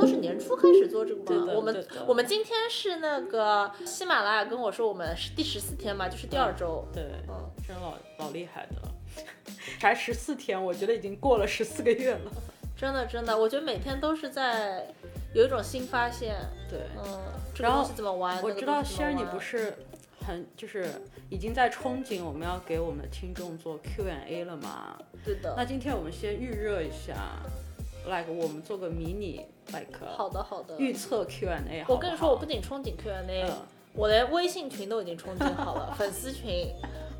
开始做这个对吗？的我们对的我们今天是那个喜马拉雅跟我说我们是第十四天嘛，就是第二周。对，嗯，真老老厉害的了， 才十四天，我觉得已经过了十四个月了。真的真的，我觉得每天都是在有一种新发现。对，嗯，这个然后东西怎么玩？我那个知道东西怎仙儿么你玩不是很就是已经在憧憬我们要给我们的听众做 Q&A 了吗？对的。那今天我们先预热一下，like 我们做个迷你 like 好的好的。预测 Q&A 好我嗯跟你说，我不不仅憧憬 Q&A，、好我连微信群都已经憧憬好了，粉丝群。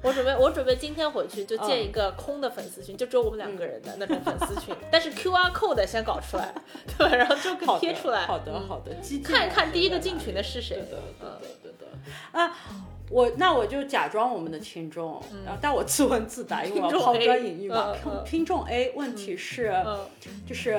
我准备，我准备今天回去就嗯建一个空的粉丝群，就只有我们两个人的那种粉丝群，但是 Q R code 先搞出 来，对吧？然后就嗯好给贴出来，好的嗯好的，激进看一看的第一个在进哪群里的是谁对的对嗯的对的啊。我那我就假装我们的听众，然后但我自问 自答，因为我嗯听要众抛 A，砖引玉嘛嗯嗯。听众 A 问题是，嗯就是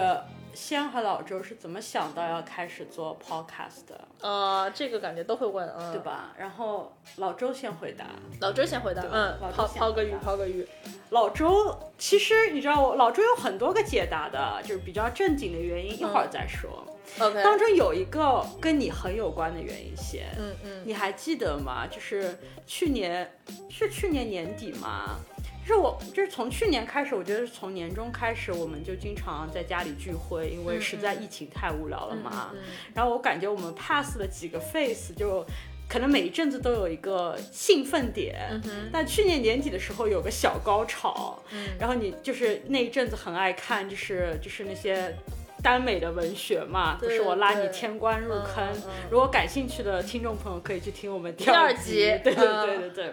仙和老周是怎么想到要开始做 podcast 的，呃，这个感觉都会问，嗯，对？吧？然后老周先回答。老周先回答，嗯老，周抛先抛个回鱼，答抛个鱼， 老周，其实你知道我老周有很多个解答的，就是比较正经的原因，一会嗯儿再说。 ，OK，当中有一个跟你很有关的原因写，嗯嗯，你还记得吗？就是去年是去年年底吗？就是我就是从去年开始，我觉得是从年中开始，我们就经常在家里聚会，因为嗯实在疫情太无聊了嘛。嗯嗯然后我感觉我们 pass 的几个 phase 就可能每一阵子都有一个兴奋点，嗯哼但去年年底的时候有个小高潮，嗯然后你就是那一阵子很爱看，就是就是那些耽美的文学嘛，不对是我拉你对天官入嗯坑。嗯如果感兴趣的听众朋友可以去听我们第二二集 对对嗯对对对、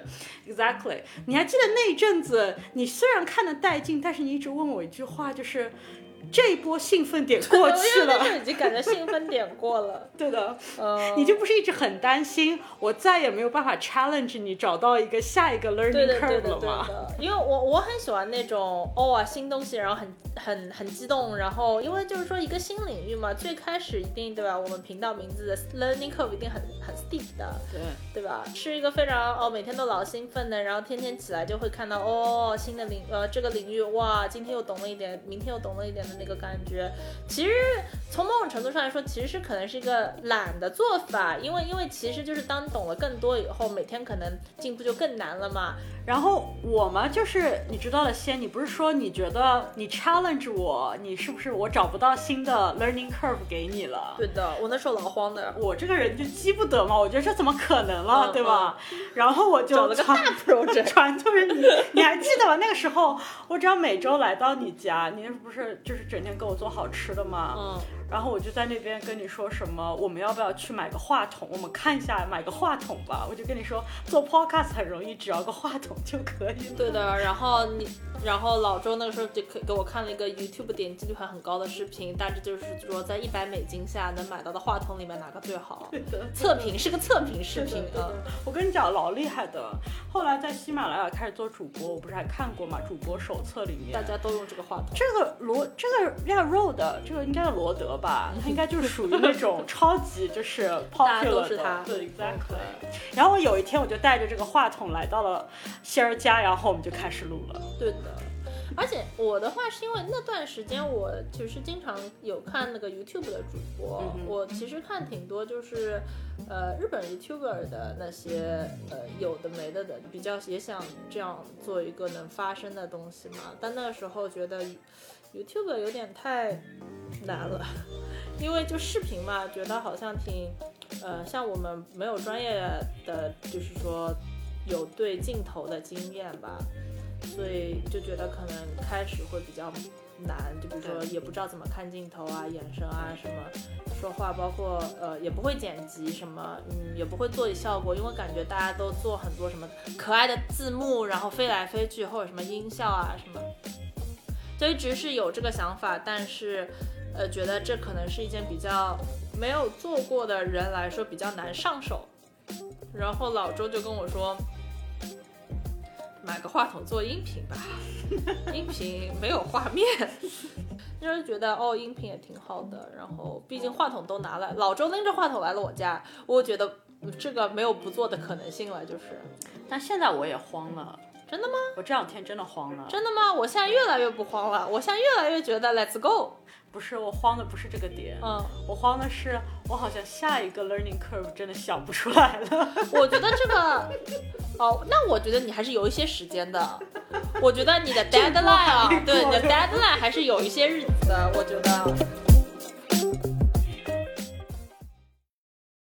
e x a c t l y 你还记得那一阵子，你虽然看得带劲，但是你一直问我一句话，就是这一波兴奋点过去因为那了。阵已经感觉兴奋点过了，对的，嗯，你就不是一直很担心我再也没有办法 challenge 你找到一个下一个对 learning 的对 curve 的了对吗？ 的，因为我我很喜欢那种哦啊新东西，然后很很很激动，然后因为就是说一个新领域嘛，最开始一定对吧？我们频道名字的 learning curve 一定很很 steep 的，对对吧？是一个非常哦每天都老兴奋的，然后天天起来就会看到哦新的领呃这个领域哇，今天又懂了一点，明天又懂了一点的那个感觉。其实从某种程度上来说，其实是可能是一个懒的做法，因为因为其实就是当懂了更多以后，每天可能进步就更难了嘛。然后我嘛，就是你知道了，先，你不是说你觉得你 challenge 我，你是不是我找不到新的 learning curve 给你了？对的，我那时候老慌的，我这个人就激不得嘛，我觉得这怎么可能了，嗯对吧？ 然后我就找了个传大 project 传对你，你还记得吗？那个时候，我只要每周来到你家，你不是就是整天给我做好吃的吗？ 嗯，然后我就在那边跟你说什么，我们要不要去买个话筒？我们看一下买个话筒吧。我就跟你说，做 podcast 很容易，只要个话筒就可以了。对的。然后你，然后老周那个时候就给给我看了一个 YouTube 点击率还很高的视频，大致就是说在一百美金下能买到的话筒里面哪个最 好。对的，测评是个测评视对的频对啊的，嗯我跟你讲，老厉害的。后来在喜马拉雅开始做主播，我不是还看过嘛？主播手册里面，嗯大家都用这个话筒。这个罗，这个要 Road，这个应该是罗德吧？他应该就是属于那种超级就是大家 popular 的，都是他对，exactly。 OK 然后我有一天我就带着这个话筒来到了仙儿家，然后我们就开始录了。对的。而且我的话是因为那段时间我就是经常有看那个 YouTube 的主播，嗯哼我其实看挺多就是，呃，日本 YouTuber 的那些呃有的没的的，比较也想这样做一个能发声的东西嘛。但那个时候觉得 YouTube 有点太难了， 因为就视频嘛，觉得好像挺，呃，像我们没有专业的，就是说有对镜头的经验吧，所以就觉得可能开始会比较难，就比如说对也不知道怎么看镜头啊、眼神啊什么，说话包括呃也不会剪辑什么，嗯也不会做效果，因为感觉大家都做很多什么可爱的字幕，然后飞来飞去或者什么音效啊什么，就一直是有这个想法，但是呃觉得这可能是一件比较没有做过的人来说比较难上手。然后老周就跟我说，买个话筒做音频吧，音频没有画面，就是觉得哦，音频也挺好的。然后毕竟话筒都拿来，老周拎着话筒来了我家，我觉得嗯这个没有不做的可能性了，就是但现在我也慌了，嗯真的吗？我这两天真的慌了，真的吗？我现在越来越不慌了，我现在越来越觉得 Let's go。不是我慌的不是这个点，嗯，我慌的是我好像下一个 learning curve 真的想不出来了。 我觉得这个，哦，那我觉得你还是有一些时间的。我觉得你的 deadline 啊，对，你的 deadline 还是有一些日子的，我觉得。